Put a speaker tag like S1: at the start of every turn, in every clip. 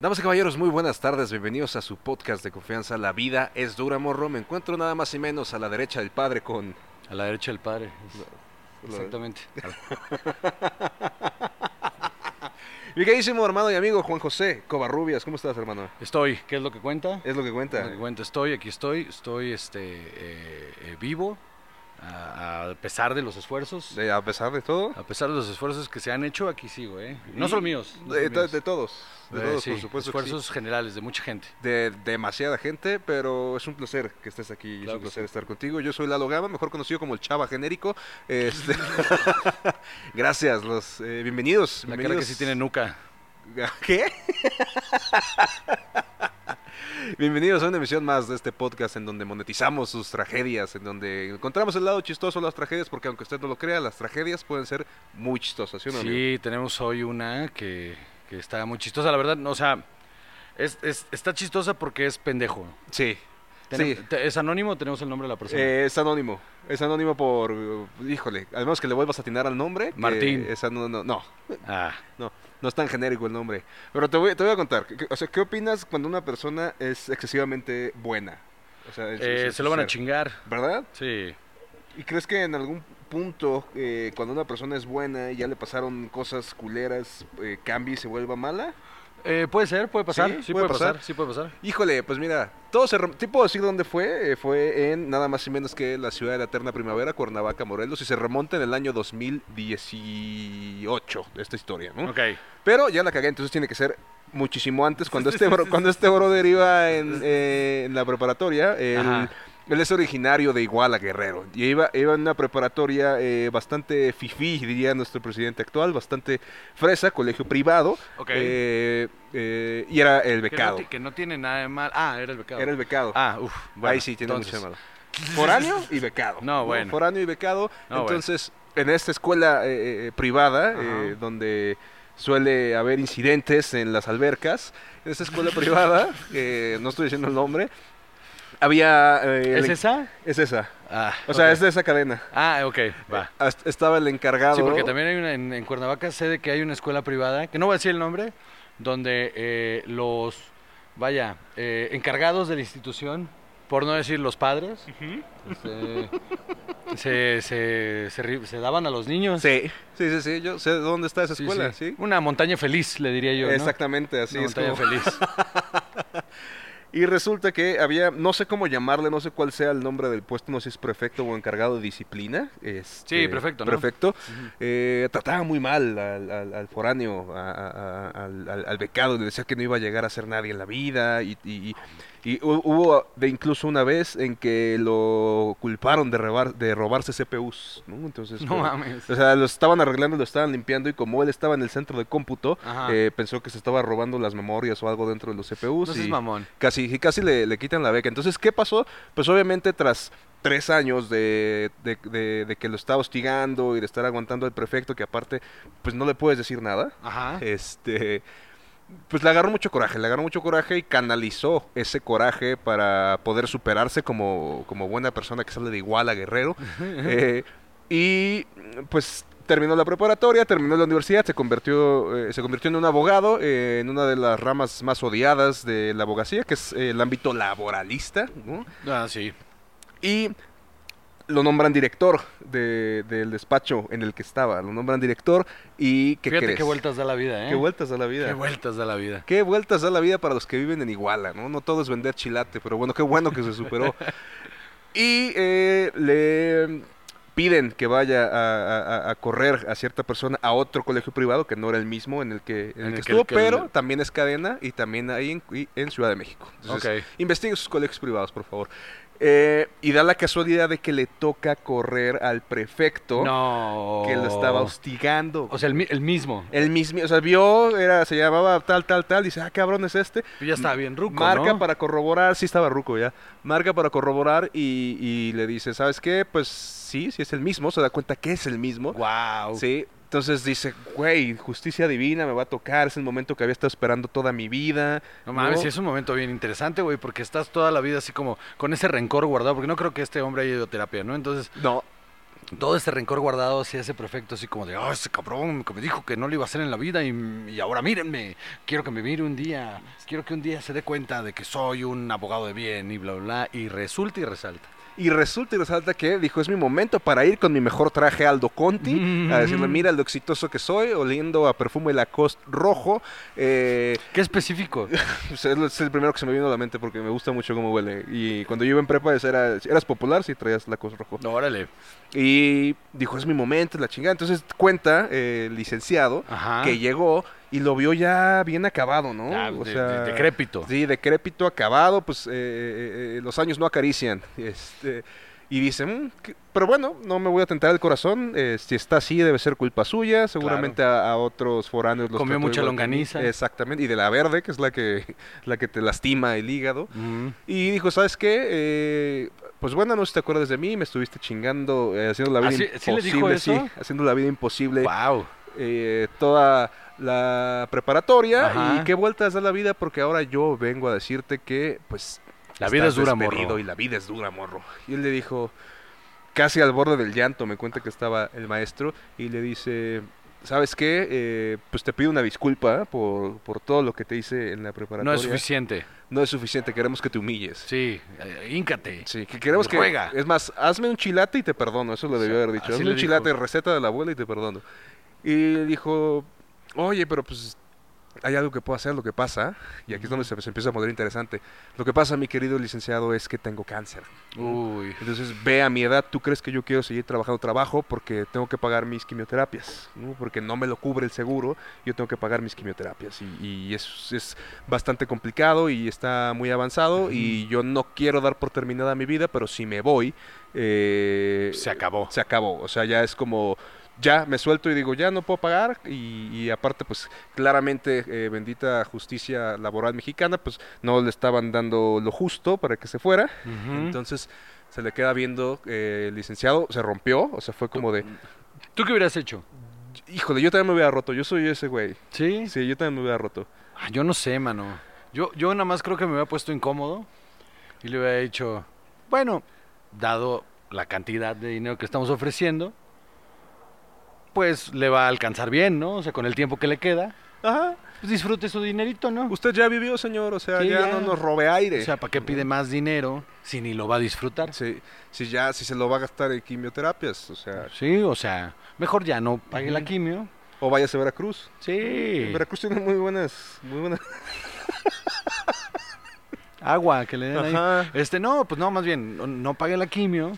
S1: Damas y caballeros, muy buenas tardes, bienvenidos a su podcast de confianza La vida es dura, morro. Me encuentro nada más y menos a la derecha del padre con...
S2: A la derecha del padre. Exactamente.
S1: Mi queridísimo hermano y amigo Juan José Covarrubias, ¿cómo estás hermano?
S2: Estoy, ¿qué es lo que cuenta?
S1: Es lo que cuenta.
S2: Es lo que cuenta. Estoy, aquí estoy, estoy este, eh, eh, vivo, a, a pesar de los esfuerzos.
S1: De- a pesar de todo,
S2: A pesar de los esfuerzos que se han hecho, aquí sigo, ¿eh? No
S1: Y-
S2: solo míos. no
S1: de,
S2: solo
S1: to-
S2: míos.
S1: de todos, de
S2: Eh,
S1: todos
S2: sí,
S1: por supuesto. que sí.
S2: Esfuerzos generales de mucha gente.
S1: de demasiada gente, pero es un placer que estés aquí, y es
S2: Claro
S1: un
S2: que
S1: placer
S2: sí.
S1: estar contigo. Yo soy Lalo Gama, mejor conocido como el Chava Genérico. Este, Gracias, los eh, bienvenidos.
S2: La cara
S1: bienvenidos.
S2: que sí tiene nuca.
S1: ¿Qué? Bienvenidos a una emisión más de este podcast en donde monetizamos sus tragedias, en donde encontramos el lado chistoso de las tragedias, porque aunque usted no lo crea, las tragedias pueden ser muy chistosas, ¿sí o no, amigo?
S2: Sí, tenemos hoy una que, que está muy chistosa, la verdad. no, O sea, es- es- está chistosa porque es pendejo.
S1: Sí.
S2: Tenem-
S1: Sí.
S2: te- ¿Es anónimo o tenemos el nombre de la persona?
S1: Eh, es anónimo. Es anónimo por. uh, Híjole, al menos que le vuelvas a atinar al nombre. que
S2: Martín.
S1: Es ano- no, no,
S2: ah.
S1: no. No es tan genérico el nombre. Pero te voy, te voy a contar. ¿qué- qué- O sea, ¿qué opinas cuando una persona es excesivamente buena? O sea, es-
S2: Eh,
S1: es-
S2: se lo van
S1: o
S2: a
S1: sea,
S2: chingar.
S1: ¿Verdad?
S2: Sí.
S1: ¿Y crees que en algún punto, eh, cuando una persona es buena y ya le pasaron cosas culeras, eh, cambie y se vuelva mala?
S2: Eh, puede ser, puede pasar.
S1: Sí,
S2: Sí,
S1: puede
S2: puede,
S1: pasar.
S2: pasar. Sí puede pasar.
S1: Híjole, pues mira, todo se rompió. ¿Te puedo decir dónde fue? Eh, fue en nada más y menos que la ciudad de la eterna primavera, Cuernavaca, Morelos, y se remonta en el año 2018 esta historia, ¿no?
S2: Ok.
S1: Pero ya la cagué, entonces tiene que ser muchísimo antes. Cuando este bro, cuando este brother iba en, eh, en la preparatoria, él,
S2: Ajá.
S1: él es originario de Iguala, Guerrero. Y iba, iba en una preparatoria eh, bastante fifí, diría nuestro presidente actual, bastante fresa, colegio privado.
S2: Ok.
S1: eh, eh, y era el
S2: Que no,
S1: becado.
S2: ti- que no tiene nada de mal. Ah, era el becado.
S1: Era el becado.
S2: Ah, uff.
S1: Ahí sí tiene mucho malo. Foráneo y becado.
S2: No, bueno.
S1: Foráneo y becado.
S2: No,
S1: Entonces, en esta escuela eh, eh, privada,
S2: Ajá.
S1: eh, donde suele haber incidentes en las albercas, en esta escuela privada, que no estoy diciendo el nombre, había... eh,
S2: ¿Es
S1: el-
S2: esa?
S1: es esa.
S2: Ah,
S1: O sea,
S2: ok.
S1: es de esa cadena.
S2: Ah, ok, va.
S1: Hasta- Estaba el encargado...
S2: Sí, porque también hay una, en, en Cuernavaca sé de que hay una escuela privada, que no voy a decir el nombre, donde eh, los, vaya, eh, encargados de la institución, por no decir los padres, este, se, se, se ri- se daban a los niños.
S1: Sí, sí, sí, sí, yo sé dónde está esa
S2: Sí,
S1: escuela,
S2: sí.
S1: ¿sí?
S2: Una montaña feliz, le diría yo. ¿no?
S1: Exactamente, así
S2: Una
S1: es como...
S2: montaña feliz.
S1: Y resulta que había, no sé cómo llamarle, no sé cuál sea el nombre del puesto, no sé si es prefecto o encargado de disciplina. este,
S2: Sí, prefecto, ¿no?
S1: Prefecto. Eh, trataba muy mal al, al- al foráneo, a- a- a- al, al- al becado, le decía que no iba a llegar a ser nadie en la vida. Y, y- y- y hu- hubo de incluso una vez en que lo culparon de, robar, de robarse CPUs, ¿no? Entonces,
S2: No
S1: pero-
S2: mames.
S1: o sea, lo estaban arreglando, lo estaban limpiando y como él estaba en el centro de cómputo,
S2: Ajá.
S1: eh, pensó que se estaba robando las memorias o algo dentro de los CPUs.
S2: No seas
S1: y-
S2: mamón.
S1: Casi, y casi le, le quitan la beca. Entonces, ¿qué pasó? Pues obviamente tras tres años de, de- de- de que lo está hostigando y de estar aguantando al prefecto, que aparte, pues no le puedes decir nada,
S2: Ajá.
S1: este, pues le agarró mucho coraje, le agarró mucho coraje y canalizó ese coraje para poder superarse como, como buena persona que sale de igual a Guerrero. Eh, y pues terminó la preparatoria, terminó la universidad, se convirtió, eh, se convirtió en un abogado, eh, en una de las ramas más odiadas de la abogacía, que es eh, el ámbito laboralista, ¿no?
S2: Ah, sí.
S1: Y lo nombran director de- del despacho en el que estaba, lo nombran director y ¿qué
S2: Fíjate
S1: crees?
S2: qué vueltas da la vida, ¿eh?
S1: Qué vueltas da la vida.
S2: Qué vueltas da la vida.
S1: Qué vueltas da la vida para los que viven en Iguala, ¿no? No todo es vender chilate, pero bueno, qué bueno que se superó. y eh, le piden que vaya a, a- a correr a cierta persona a otro colegio privado que no era el mismo en el que, en el
S2: En
S1: que
S2: el que-
S1: estuvo,
S2: que el-
S1: pero también es cadena y también ahí en, y en Ciudad de México. Entonces,
S2: Ok.
S1: investiguen sus colegios privados, por favor. Eh, y da la casualidad de que le toca correr al prefecto
S2: No.
S1: que lo estaba hostigando.
S2: O sea, el, mi- el mismo.
S1: El mismo, o sea, vio, era, se llamaba tal, tal, tal, y dice, ah, cabrón, es este.
S2: Tú ya estaba bien ruco,
S1: Marca
S2: ¿no?
S1: para corroborar, sí estaba Ruco ya. Marca para corroborar y, y le dice, ¿sabes qué? Pues sí, sí es el mismo, se da cuenta que es el mismo.
S2: Wow.
S1: Sí, entonces dice, güey, justicia divina me va a tocar, es el momento que había estado esperando toda mi vida.
S2: No mames,
S1: ¿no?
S2: sí es un momento bien interesante, güey, porque estás toda la vida así como con ese rencor guardado, porque no creo que este hombre haya ido a terapia, ¿no? Entonces,
S1: No,
S2: todo ese rencor guardado así hace perfecto, así como de, ah, ese cabrón que me dijo que no lo iba a hacer en la vida y, y ahora mírenme, quiero que me mire un día, quiero que un día se dé cuenta de que soy un abogado de bien y bla, bla, bla, y resulta y resalta.
S1: Y resulta y resalta que dijo, es mi momento para ir con mi mejor traje Aldo Conti, a decirle,
S2: Mm.
S1: mira lo exitoso que soy, oliendo a perfume Lacoste rojo. Eh,
S2: Qué específico.
S1: pues, es lo- es el primero que se me vino a la mente porque me gusta mucho cómo huele. Y cuando yo iba en prepa, ese era, eras popular si traías Lacoste rojo.
S2: No, órale.
S1: Y dijo, es mi momento, es la chingada. Entonces cuenta eh, el licenciado
S2: Ajá.
S1: que llegó y lo vio ya bien acabado, ¿no?
S2: Ah,
S1: O
S2: de-
S1: sea,
S2: de- decrépito.
S1: Sí, decrépito, acabado, pues eh, eh, eh, los años no acarician. Este, y dice, "Mm, que- pero bueno, no me voy a tentar el corazón. eh, si está así, debe ser culpa suya. Seguramente a, a otros foráneos los
S2: Comió
S1: trató
S2: mucha
S1: igual que a mí".
S2: longaniza.
S1: Exactamente, y de la verde, que es la que, la que te lastima el hígado.
S2: Mm.
S1: Y dijo, ¿sabes qué? Eh, pues bueno, no sé si te acuerdas de mí, me estuviste chingando, eh, haciendo la vida
S2: ¿Ah, sí- sí le
S1: imposible,
S2: dijo eso?
S1: haciendo la vida imposible
S2: Wow.
S1: eh, toda la preparatoria
S2: Ajá.
S1: y qué vueltas da la vida porque ahora yo vengo a decirte que pues
S2: La vida
S1: estás
S2: es dura,
S1: despedido
S2: morro.
S1: y la vida es dura morro y él le dijo casi al borde del llanto me cuenta que estaba el maestro y le dice sabes qué Eh, pues te pido una disculpa por, por todo lo que te hice en la preparatoria
S2: No es suficiente.
S1: no es suficiente queremos que te humilles
S2: Sí, eh, híncate.
S1: Sí, que queremos que.
S2: Ruega.
S1: Es más, hazme un chilate y te perdono. Eso lo debió
S2: Sí,
S1: haber dicho.
S2: así
S1: Hazme
S2: le
S1: un chilate,
S2: dijo.
S1: receta de la abuela y te perdono. Y dijo, oye, pero pues hay algo que puedo hacer. Lo que pasa, y aquí es donde se, se empieza a poner interesante. Lo que pasa, mi querido licenciado, es que tengo cáncer.
S2: Uy.
S1: Entonces, ve a mi edad, tú crees que yo quiero seguir trabajando trabajo porque tengo que pagar mis quimioterapias, ¿no? porque no me lo cubre el seguro, yo tengo que pagar mis quimioterapias y, y es, es bastante complicado y está muy avanzado y yo no quiero dar por terminada mi vida, pero si me voy, eh,
S2: Se acabó.
S1: se acabó, o sea, ya es como... Ya me suelto y digo, ya no puedo pagar. Y, y aparte, pues claramente, eh, bendita justicia laboral mexicana, pues no le estaban dando lo justo para que se fuera.
S2: Ujú.
S1: Entonces se le queda viendo eh, el licenciado, se rompió, o sea, fue como de,
S2: ¿Tú qué hubieras hecho?
S1: híjole, yo también me hubiera roto, yo soy ese güey.
S2: ¿Sí?
S1: Sí, yo también me hubiera roto.
S2: Ah, Yo no sé, mano. Yo, yo nada más creo que me hubiera puesto incómodo y le hubiera dicho, bueno, dado la cantidad de dinero que estamos ofreciendo, pues le va a alcanzar bien, ¿no? O sea, con el tiempo que le queda,
S1: Ajá,
S2: pues disfrute su dinerito, ¿no?
S1: usted ya vivió, señor, o sea,
S2: Sí,
S1: ya,
S2: ya.
S1: no nos robe aire.
S2: O sea, ¿para qué pide más dinero si ni lo va a disfrutar?
S1: Sí, si ya, si se lo va a gastar en quimioterapias, o sea,
S2: Sí, o sea, mejor ya no pague la quimio.
S1: o váyase a Veracruz.
S2: Sí.
S1: Veracruz tiene muy buenas, muy buenas.
S2: Agua que le den ahí.
S1: Ajá.
S2: Este, no, pues no, más bien, no, no pague la quimio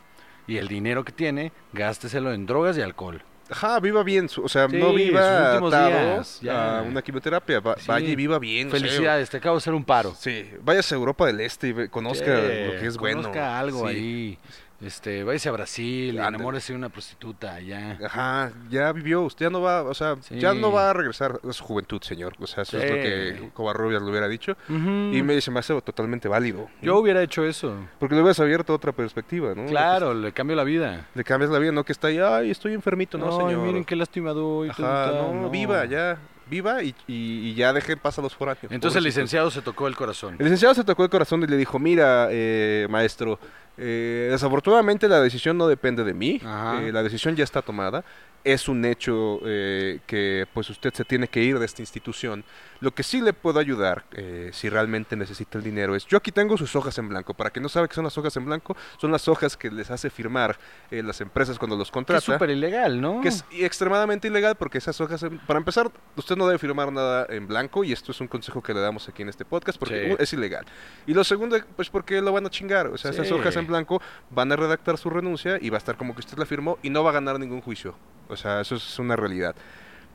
S2: y el dinero que tiene, gásteselo en drogas y alcohol.
S1: Ajá, viva bien, su- o sea,
S2: Sí,
S1: no viva
S2: sus últimos
S1: atado
S2: días, ya.
S1: a una quimioterapia, va-
S2: Sí.
S1: vaya y viva bien. o sea,
S2: Felicidades, te acabo de hacer un paro.
S1: Sí, váyase a Europa del Este y ve- conozca lo
S2: Sí,
S1: que es bueno.
S2: Conozca algo
S1: Sí.
S2: ahí. Este, váyase a Brasil,
S1: Ándale.
S2: enamórese de una prostituta allá.
S1: Ajá, ya vivió, usted ya no va, o sea,
S2: Sí.
S1: ya no va a regresar a su juventud, señor. O sea, eso es lo
S2: Sí.
S1: que Covarrubias le hubiera dicho.
S2: Ujú.
S1: Y me dice, me hace totalmente válido.
S2: Yo hubiera hecho eso.
S1: Porque le hubieras abierto otra perspectiva, ¿no?
S2: Claro, le cambio la vida.
S1: Le cambias la vida, no que está ahí, ay, estoy enfermito, no,
S2: Ay,
S1: señor.
S2: miren qué lastimador.
S1: Ajá, no, viva, ya, viva y, y- y ya deje paz a los foráneos.
S2: Entonces el
S1: pobrecitos.
S2: licenciado se tocó el corazón.
S1: El licenciado se tocó el corazón y le dijo, mira, eh, maestro, eh, desafortunadamente la decisión no depende de mí,
S2: Ajá.
S1: eh, la decisión ya está tomada, es un hecho eh, que pues usted se tiene que ir de esta institución. Lo que sí le puedo ayudar, eh, si realmente necesita el dinero, es, yo aquí tengo sus hojas en blanco, para que no sabe que son las hojas en blanco, son las hojas que les hace firmar eh, las empresas cuando los
S2: Que es
S1: contratan.
S2: súper ilegal, ¿no?
S1: Que es extremadamente ilegal porque esas hojas, en- para empezar, usted no debe firmar nada en blanco y esto es un consejo que le damos aquí en este podcast porque
S2: Sí.
S1: uh, es ilegal. Y lo segundo, pues porque lo van a chingar, o sea, esas
S2: Sí.
S1: hojas en blanco van a redactar su renuncia y va a estar como que usted la firmó y no va a ganar ningún juicio. O sea, eso es una realidad.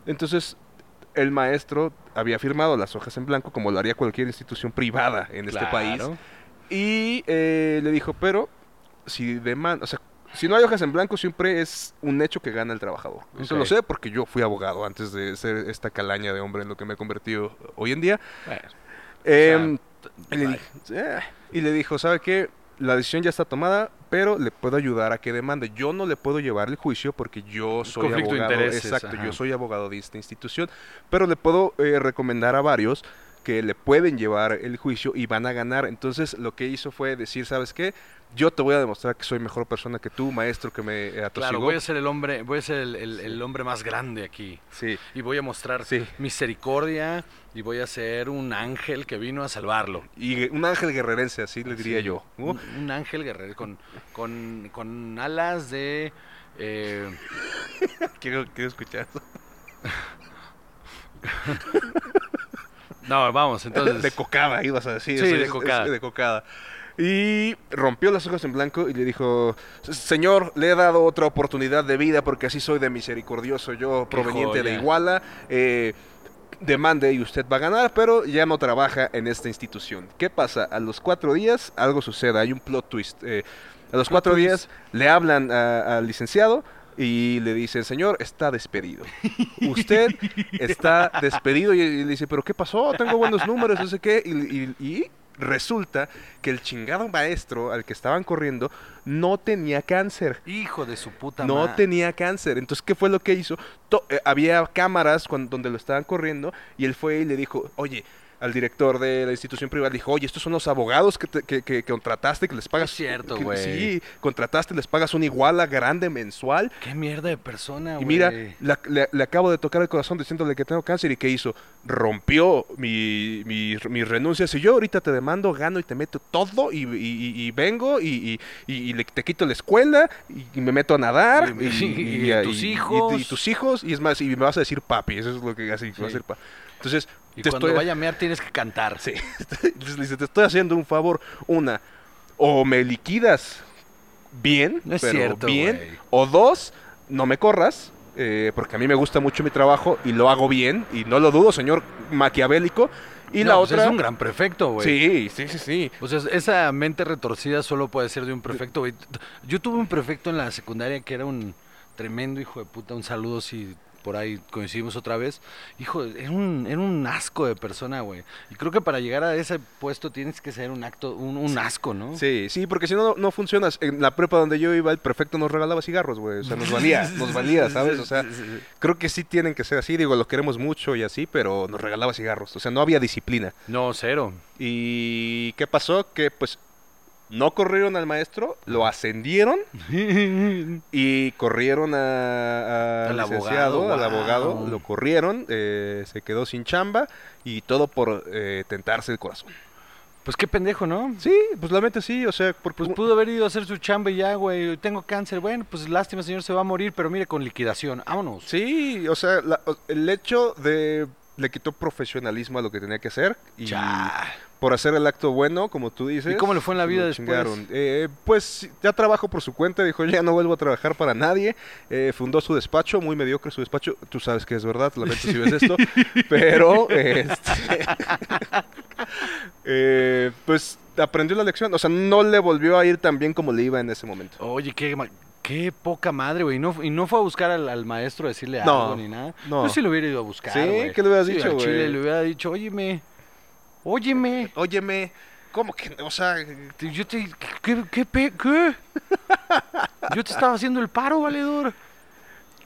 S1: Entonces, el maestro había firmado las hojas en blanco como lo haría cualquier institución privada en este país.
S2: Claro.
S1: Y eh, le dijo, pero si deman- o sea, si no hay hojas en blanco siempre es un hecho que gana el trabajador. Eso
S2: Ok.
S1: lo sé porque yo fui abogado antes de ser esta calaña de hombre en lo que me he convertido hoy en día.
S2: Bueno,
S1: Em,
S2: t-
S1: y, le
S2: bye.
S1: dije, "Eh", y le dijo, ¿sabe qué? La decisión ya está tomada, pero le puedo ayudar a que demande. Yo no le puedo llevar el juicio porque yo soy
S2: conflicto de
S1: abogado.
S2: intereses,
S1: exacto,
S2: ajá.
S1: yo soy abogado de esta institución, pero le puedo eh, recomendar a varios que le pueden llevar el juicio y van a ganar. Entonces lo que hizo fue decir, ¿sabes qué? Yo te voy a demostrar que soy mejor persona que tú, maestro que me eh,
S2: Claro,
S1: atosigó.
S2: voy a ser el hombre, voy a ser el, el- el hombre más grande aquí.
S1: Sí.
S2: Y voy a mostrar
S1: Sí.
S2: misericordia y voy a ser un ángel que vino a salvarlo.
S1: Y un ángel guerrerense, así le diría
S2: Ah, Sí,
S1: yo. ¿no?
S2: Un, un ángel guerrero con, con, con alas de... eh,
S1: Quiero, quiero escuchar.
S2: No, vamos, entonces...
S1: de cocada, ibas a decir.
S2: Sí,
S1: eso
S2: de
S1: es-
S2: cocada.
S1: es de cocada. Y rompió las hojas en blanco y le dijo, Señor, le he dado otra oportunidad de vida porque así soy de misericordioso yo,
S2: Qué
S1: proveniente de
S2: joya.
S1: Iguala. eh, demande y usted va a ganar, pero ya no trabaja en esta institución. ¿Qué pasa? A los cuatro días algo sucede, hay un plot twist. eh, a los cuatro
S2: twist.
S1: días le hablan a- al licenciado y le dicen, señor, está despedido. Usted está despedido y, y le dice, pero ¿qué pasó? Tengo buenos números, no sé qué. Y, y- y resulta que el chingado maestro al que estaban corriendo no tenía cáncer.
S2: Hijo de su puta
S1: No
S2: ma-
S1: tenía cáncer. Entonces, ¿qué fue lo que hizo? To- eh, había cámaras cuan- donde lo estaban corriendo y él fue y le dijo, oye, al director de la institución privada, le dijo, oye, estos son los abogados que, te- que- que- que contrataste, que les pagas...
S2: Es cierto,
S1: que-
S2: güey.
S1: Sí, contrataste, les pagas una iguala grande mensual.
S2: Qué mierda de persona, güey.
S1: Y mira, la- le, le acabo de tocar el corazón diciéndole que tengo cáncer y ¿qué hizo? Rompió mi, mi- mis renuncias y yo ahorita te demando, gano y te meto todo y, y- y- y vengo y, y- y- y le- te quito la escuela y, y me meto a nadar
S2: Y- y- y tus hijos.
S1: y, tus hijos y es más, y me vas a decir papi, eso es lo que así,
S2: Sí.
S1: va a ser pa- Entonces,
S2: Y
S1: te
S2: cuando
S1: estoy-
S2: vaya a mear tienes que cantar.
S1: Sí. Entonces le dice, te estoy haciendo un favor. Una, o me liquidas bien,
S2: No es
S1: pero
S2: cierto,
S1: bien.
S2: güey.
S1: O dos, no me corras, eh, porque a mí me gusta mucho mi trabajo y lo hago bien. Y no lo dudo, señor maquiavélico. Y
S2: No,
S1: la
S2: pues
S1: otra...
S2: Es un gran prefecto, güey.
S1: sí, sí, sí, sí.
S2: O sea, esa mente retorcida solo puede ser de un prefecto, güey. Yo tuve un prefecto en la secundaria que era un tremendo hijo de puta. Un saludo si por ahí coincidimos otra vez. Hijo, era un, era un asco de persona, güey. Y creo que para llegar a ese puesto tienes que ser un acto, un, un asco, ¿no?
S1: Sí, sí, porque si no, no, no funcionas. En la prepa donde yo iba, el prefecto nos regalaba cigarros, güey. O sea, nos valía, nos valía, ¿sabes? O sea,
S2: Sí, sí, sí.
S1: creo que sí tienen que ser así. Digo, lo queremos mucho y así, pero nos regalaba cigarros. O sea, no había disciplina.
S2: No, cero.
S1: ¿Y qué pasó? Que pues no corrieron al maestro, lo ascendieron y corrieron a, a
S2: Al
S1: licenciado,
S2: abogado,
S1: al abogado,
S2: guau.
S1: lo corrieron, eh, se quedó sin chamba y todo por eh, tentarse el corazón.
S2: Pues qué pendejo, ¿no?
S1: Sí, pues la mente sí, o sea, porque
S2: Pues pudo haber ido a hacer su chamba y ya, güey. Tengo cáncer. Bueno, pues lástima, señor, se va a morir, pero mire, con liquidación. Vámonos.
S1: sí, o sea, la- o- el hecho de le quitó profesionalismo a lo que tenía que hacer y
S2: Ya.
S1: por hacer el acto bueno, como tú dices.
S2: ¿Y cómo le fue en la
S1: lo
S2: vida después?
S1: Eh, pues ya trabajo por su cuenta, dijo, ya no vuelvo a trabajar para nadie. Eh, fundó su despacho, muy mediocre su despacho. Tú sabes que es verdad, lamento si ves esto. Pero, este, eh, pues aprendió la lección. O sea, no le volvió a ir tan bien como le iba en ese momento.
S2: Oye, qué, ma- qué poca madre, güey. Y no, y no fue a buscar al, al maestro a decirle
S1: No,
S2: algo ni nada.
S1: no.
S2: Yo sí lo hubiera ido a buscar.
S1: ¿Sí?
S2: güey.
S1: ¿Qué le hubieras
S2: Sí,
S1: dicho,
S2: al
S1: güey?
S2: Chile le hubiera dicho, óyeme, óyeme.
S1: Óyeme, ¿cómo que? O sea,
S2: te- Yo te. ¿Qué? ¿Qué? pe- qué? Yo te estaba haciendo el paro, valedor.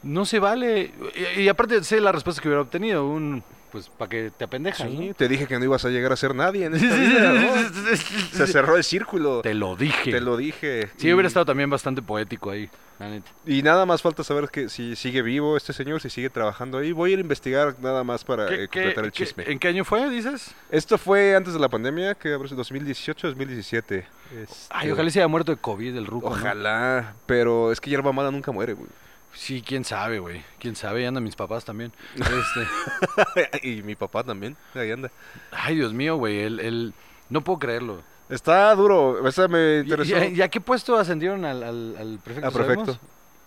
S2: No se vale. Y, y aparte sé la respuesta que hubiera obtenido. Un. Pues para que te apendejas, ¿no?
S1: te dije que no ibas a llegar a ser nadie en
S2: Sí,
S1: esta
S2: sí, sí,
S1: vida,
S2: sí,
S1: ¿no?
S2: sí, sí, sí, sí,
S1: Se
S2: sí.
S1: cerró el círculo.
S2: Te lo dije.
S1: Te lo dije.
S2: Sí,
S1: Y-
S2: hubiera estado también bastante poético ahí, la neta.
S1: Y nada más falta saber que si sigue vivo este señor, si sigue trabajando ahí. Voy a ir a investigar nada más para
S2: ¿Qué-
S1: eh,
S2: qué-
S1: completar el
S2: qué-
S1: chisme.
S2: ¿En qué año fue, dices?
S1: Esto fue antes de la pandemia, que habrá sido 2018, 2017.
S2: Ay,
S1: Este,
S2: ojalá se haya muerto de COVID el ruco. ¿no?
S1: Ojalá, pero es que hierba mala nunca muere, güey.
S2: Sí, quién sabe, güey. Quién sabe, ahí andan mis papás también. Este,
S1: y mi papá también, ahí anda.
S2: ay, Dios mío, güey. El, el- no puedo creerlo.
S1: Está duro, o sea, me
S2: ¿Y,
S1: interesó.
S2: y- y a qué puesto ascendieron al, al, al prefecto?
S1: a prefecto.
S2: sabemos?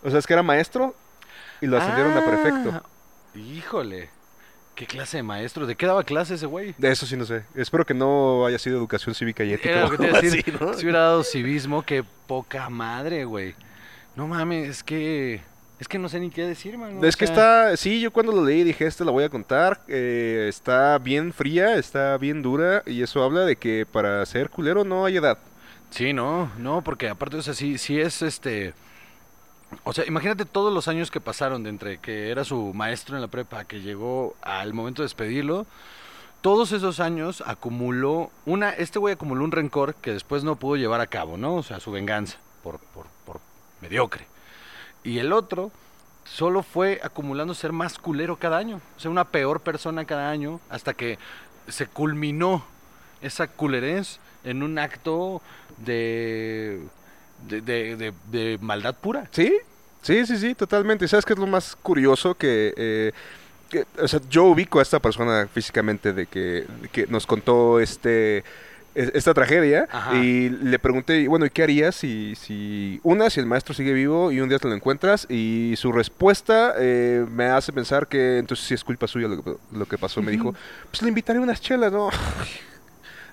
S1: O sea, es que era maestro y lo ascendieron a prefecto.
S2: Ah, Híjole. ¿Qué clase de maestro? ¿De qué daba clase ese güey?
S1: De eso sí no sé. Espero que no haya sido educación cívica y ética.
S2: Era
S1: o
S2: lo que te iba a
S1: algo
S2: decir.
S1: así, ¿no?
S2: Si hubiera dado civismo, qué poca madre, güey. No mames, es que. Es que no sé ni qué decir, mano. o
S1: Es que
S2: sea,
S1: está, sí, yo cuando lo leí dije, esta la voy a contar, eh, está bien fría, está bien dura, y eso habla de que para ser culero no hay edad.
S2: Sí, no, no, porque aparte, o sea, sí, sí es este. O sea, imagínate todos los años que pasaron de entre que era su maestro en la prepa, que llegó al momento de despedirlo, todos esos años acumuló una, este güey acumuló un rencor que después no pudo llevar a cabo, ¿no? O sea, su venganza por, por, por mediocre. Y el otro solo fue acumulando ser más culero cada año, o sea, una peor persona cada año, hasta que se culminó esa culerez en un acto de, de, de- de- de maldad pura.
S1: Sí, sí, sí, sí, totalmente. ¿Y sabes qué es lo más curioso? Que, eh, que, o sea, yo ubico a esta persona físicamente de que, de que nos contó este es- esta tragedia
S2: Ajá.
S1: y le pregunté, y bueno, ¿y qué harías si, si una, si el maestro sigue vivo y un día te lo encuentras? Y su respuesta eh, me hace pensar que entonces sí es culpa suya lo que, lo que pasó. Me dijo, pues le invitaré unas chelas, ¿no?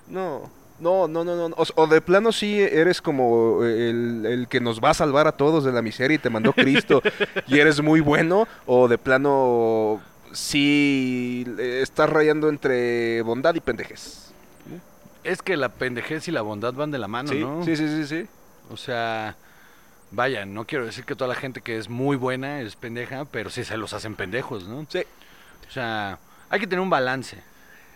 S1: No, no, no, no, no. no. O, s- o de plano sí eres como eh, el, el que nos va a salvar a todos de la miseria y te mandó Cristo y eres muy bueno. O de plano sí eh, estás rayando entre bondad y pendejes.
S2: Es que la pendejez y la bondad van de la mano,
S1: ¿Sí?
S2: Ah, ¿no?
S1: sí, sí, sí, sí.
S2: O sea, vaya, no quiero decir que toda la gente que es muy buena es pendeja, pero sí se los hacen pendejos, ¿no?
S1: Sí.
S2: O sea, hay que tener un balance.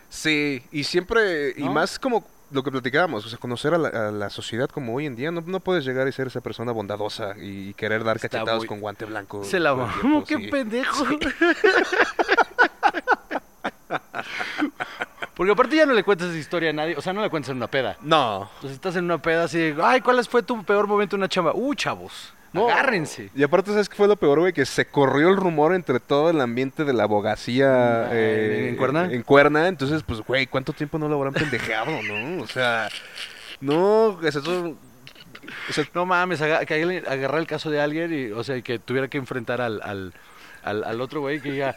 S1: Sí, y siempre, y
S2: ¿No?
S1: más como lo que platicábamos, o sea, conocer a la, a la sociedad como hoy en día, no, no puedes llegar y ser esa persona bondadosa y, querer dar
S2: Está
S1: cachetadas
S2: muy-
S1: con guante blanco.
S2: Se la
S1: todo el
S2: mamó,
S1: tiempo,
S2: qué
S1: sí.
S2: pendejo. Porque aparte ya no le cuentas esa historia a nadie, o sea, no la cuentas en una peda.
S1: No,
S2: Entonces estás en una peda así, de, ay, ¿cuál fue tu peor momento en una chamba? Uh, chavos,
S1: No.
S2: agárrense.
S1: Y aparte, ¿sabes qué fue lo peor, güey? Que se corrió el rumor entre todo el ambiente de la abogacía.
S2: Ah,
S1: eh,
S2: ¿en Cuerna?
S1: En Cuerna. Entonces, pues, güey, ¿cuánto tiempo no lo habrán pendejeado, no? O sea, no, o sea, eso- o sea,
S2: No mames, aga- que alguien- agarrar el caso de alguien y, o sea, y que tuviera que enfrentar al, al, al- al otro güey que diga,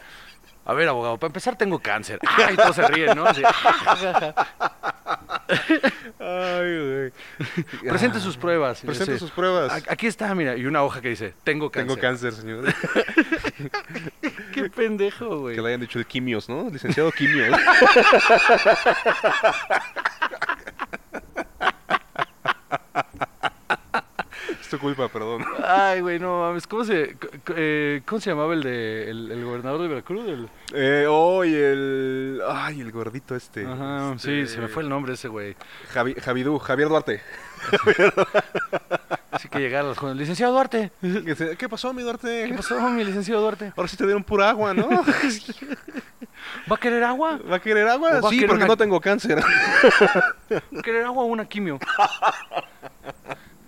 S2: a ver, abogado, para empezar tengo cáncer. Ay, todos se ríen, ¿no? Así, presente
S1: Ah,
S2: sus pruebas. Y
S1: Presente
S2: así,
S1: sus pruebas.
S2: "A- Aquí está, mira, y una hoja que dice, tengo cáncer.
S1: Tengo cáncer, señor.
S2: Qué pendejo, güey.
S1: que le hayan dicho de quimios, ¿no? Licenciado quimios. es tu culpa, perdón.
S2: Ay, güey, no mames. ¿Cómo se, c- c- eh, ¿cómo se llamaba el de el, el gobernador de Veracruz? El-
S1: Eh, oh, y el. Ay, el gordito este.
S2: Ajá, sí,
S1: Este,
S2: se me fue el nombre ese güey.
S1: Javi, Javidú, Javier Duarte.
S2: Así que llegar a las jóvenes. Licenciado Duarte.
S1: Dice, ¿Qué pasó, mi Duarte?
S2: ¿Qué pasó, mi licenciado Duarte?
S1: Ahora sí te dieron pura agua, ¿no?
S2: ¿Va a querer agua?
S1: ¿Va a querer agua?
S2: O va a
S1: Sí,
S2: querer
S1: porque
S2: una-
S1: no tengo cáncer.
S2: ¿Va a querer agua o una quimio?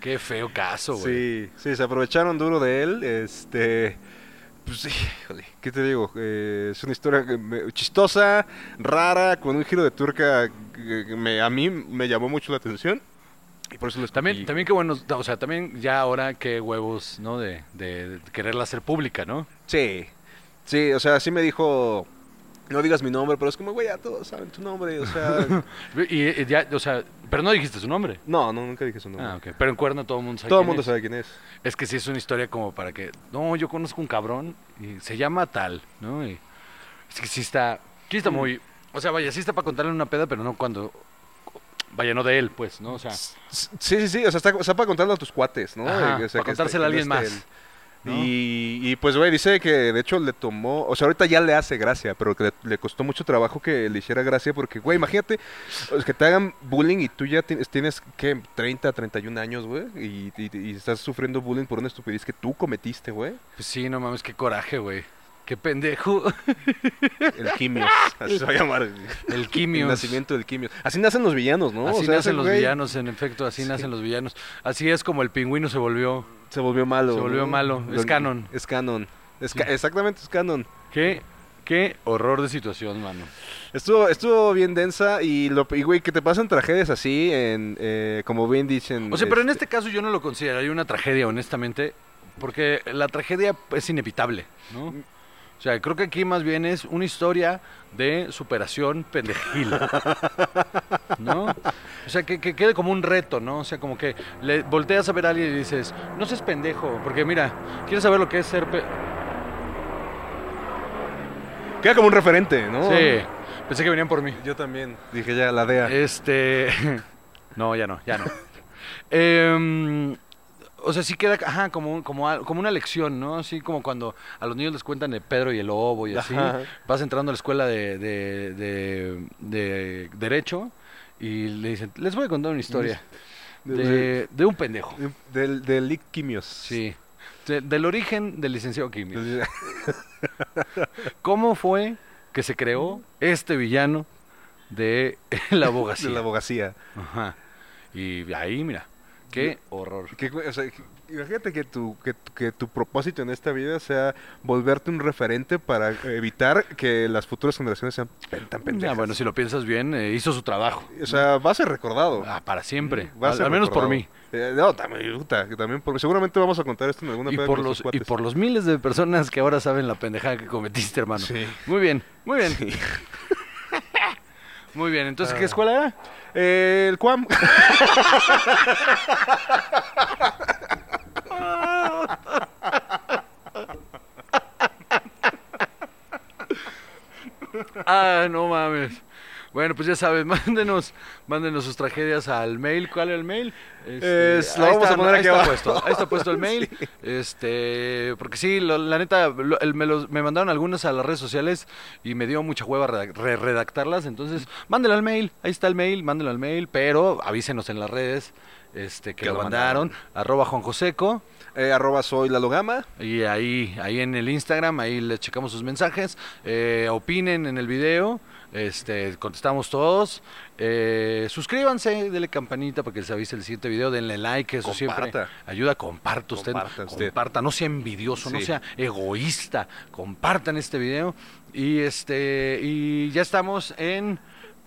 S2: Qué feo caso, güey.
S1: Sí, sí, se aprovecharon duro de él. Este. Pues sí, híjole, ¿qué te digo? Eh, es una historia que me- chistosa, rara, con un giro de turca que que me- a mí me llamó mucho la atención. Y por eso lo
S2: También,
S1: escogí.
S2: también qué bueno, o sea, también ya ahora qué huevos, ¿no? De, de quererla hacer pública, ¿no?
S1: Sí, sí, o sea, sí me dijo. No digas mi nombre, pero es como, güey, ya todos saben tu nombre. O sea,
S2: Y, y ya, o sea, pero no dijiste su nombre.
S1: no, no, nunca dije su nombre.
S2: Ah, ok. Pero en cuerno todo el mundo sabe
S1: Todo el
S2: quién
S1: mundo
S2: es.
S1: sabe quién es.
S2: Es que sí es una historia como para que, no, yo conozco un cabrón y se llama tal, ¿no? Y es que sí está, sí
S1: Mm.
S2: está muy, o sea, vaya, sí está para contarle una peda, pero no cuando, vaya, no de él, pues, ¿no? O sea,
S1: Sí, sí, sí, o sea, está, está para contarlo a tus cuates, ¿no?
S2: Ajá,
S1: O sea,
S2: para
S1: que
S2: contárselo a
S1: este-
S2: alguien
S1: que
S2: más.
S1: el-
S2: ¿no?
S1: Y, y, pues, güey, dice que de hecho le tomó, o sea, ahorita ya le hace gracia, pero que le, le costó mucho trabajo que le hiciera gracia porque, güey, imagínate, o sea, que te hagan bullying y tú ya tienes, tienes ¿qué? 30, 31 años, güey, y, y- y estás sufriendo bullying por una estupidez que tú cometiste, güey.
S2: pues sí, no mames, qué coraje, güey. Qué pendejo.
S1: El quimio, así se va a llamar.
S2: El
S1: El
S2: quimio.
S1: nacimiento del quimio. Así nacen los villanos, ¿no?
S2: Así
S1: O sea, ese
S2: nacen los
S1: güey
S2: villanos, en efecto, así
S1: Sí.
S2: nacen los villanos. Así es como el pingüino se volvió.
S1: Se volvió malo.
S2: Se volvió
S1: ¿no?
S2: malo, es
S1: Lo-
S2: canon.
S1: Es canon. Es ca- exactamente, es canon.
S2: Qué, qué horror de situación, mano.
S1: Estuvo, estuvo bien densa y, lo, y, güey, que te pasan tragedias así, en, eh, como bien dicen.
S2: O sea, pero en
S1: este-
S2: este caso yo no lo consideraría una tragedia, honestamente, porque la tragedia es inevitable, ¿no?
S1: Mm.
S2: O sea, creo que aquí más bien es una historia de superación pendejil, ¿no? O sea, que, que quede como un reto, ¿no? O sea, como que le volteas a ver a alguien y dices, no seas pendejo, porque mira, quieres saber lo que es ser... pe-".
S1: Queda como un referente, Oh, ¿no?
S2: Sí, Eh, pensé que venían por mí.
S1: Yo también. Dije ya, la DEA.
S2: Este. No, ya no, ya no. Em, O sea, sí queda, ajá, como, un- como, al- como una lección, ¿no? Así como cuando a los niños les cuentan de Pedro y el Lobo y así.
S1: Ajá.
S2: Vas entrando a la escuela de, de, de- de Derecho y le dicen, les voy a contar una historia de, de un pendejo.
S1: De- Del, del Lick Quimios.
S2: Sí. De- del origen del licenciado Quimio.
S1: Del-
S2: ¿Cómo fue que se creó este villano de la abogacía?
S1: De la abogacía.
S2: Ajá. Y ahí, mira, qué horror.
S1: Que, güey, o sea, que- imagínate que tu, que, tu- que tu propósito en esta vida sea volverte un referente para evitar que las futuras generaciones sean pen- tan pendejas.
S2: Ah, bueno, si lo piensas bien, eh, hizo su trabajo.
S1: O sea, va a ser recordado.
S2: Ah, para siempre.
S1: Va a
S2: al,
S1: ser
S2: al menos por
S1: recordado.
S2: mí.
S1: Eh, no, también, puta, que también por- seguramente vamos a contar esto en alguna
S2: Y
S1: peda
S2: por,
S1: con nuestros
S2: los, y
S1: cuates.
S2: por los miles de personas que ahora saben la pendejada que cometiste, hermano.
S1: Sí.
S2: Muy bien, muy bien.
S1: Sí.
S2: Muy bien, entonces, ¿qué
S1: Ah.
S2: escuela era?
S1: Eh, el Cuam.
S2: Ah, no mames. Bueno, pues ya sabes, mándenos, mándenos sus tragedias al mail. ¿Cuál era el mail? Este,
S1: Es- lo vamos a poner
S2: ahí
S1: aquí
S2: está
S1: abajo.
S2: puesto, ahí está puesto el mail. Este, porque sí, lo- la neta, lo- el- me, los- me mandaron algunas a las redes sociales y me dio mucha hueva redac- re- redactarlas. Entonces, mándelo al mail, ahí está el mail, mándelo al mail, pero avísenos en las redes este, que
S1: Que
S2: lo
S1: lo
S2: mandaron, arroba juanjoseco.
S1: Eh, arroba soy Lalogama.
S2: Y ahí, ahí en el Instagram, ahí les checamos sus mensajes, eh, opinen en el video, este, contestamos todos, eh, suscríbanse, denle campanita para que les avise el siguiente video, denle like, eso siempre
S1: Comparta.
S2: ayuda, comparta usted,
S1: Comparta usted.
S2: comparta, no sea envidioso, no
S1: Sí.
S2: sea egoísta, compartan este video y este, y ya estamos en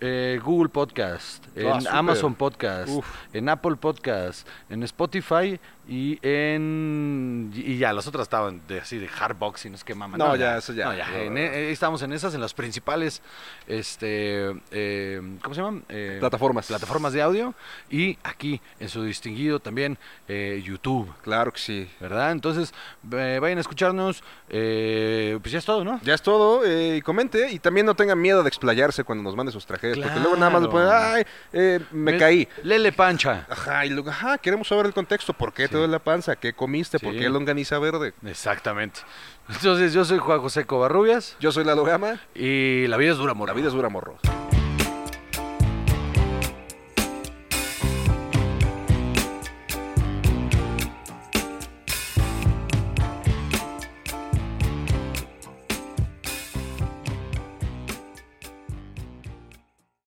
S2: eh, Google Podcast, en
S1: Ah, súper.
S2: Amazon Podcast,
S1: Uf.
S2: en Apple Podcast, en Spotify y en y ya las otras estaban de así de hardbox y no es que mamá.
S1: No, ya, eso ya.
S2: no,
S1: No,
S2: en-
S1: no, no.
S2: eh, estamos en esas, en las principales, este, eh, ¿cómo se llaman? Eh,
S1: Plataformas.
S2: plataformas de audio y aquí en su distinguido también eh, YouTube,
S1: Claro que sí.
S2: ¿verdad? Entonces eh, vayan a escucharnos, eh, pues ya es todo, ¿no?
S1: Ya es todo, eh, y comente, y también no tengan miedo de explayarse cuando nos manden sus tragedias, porque luego nada más le ponen,
S2: Claro.
S1: ay, eh, me caí.
S2: Lele Pancha.
S1: Ajá, y luego, ajá, queremos saber el contexto, ¿por qué
S2: Sí.
S1: te duele la panza? ¿Qué comiste? ¿Por
S2: Sí.
S1: qué longaniza verde?
S2: Exactamente. Entonces yo soy Juan José Covarrubias
S1: Yo soy Lalo Gama,
S2: y la vida es dura, mora.
S1: la vida es dura, morro.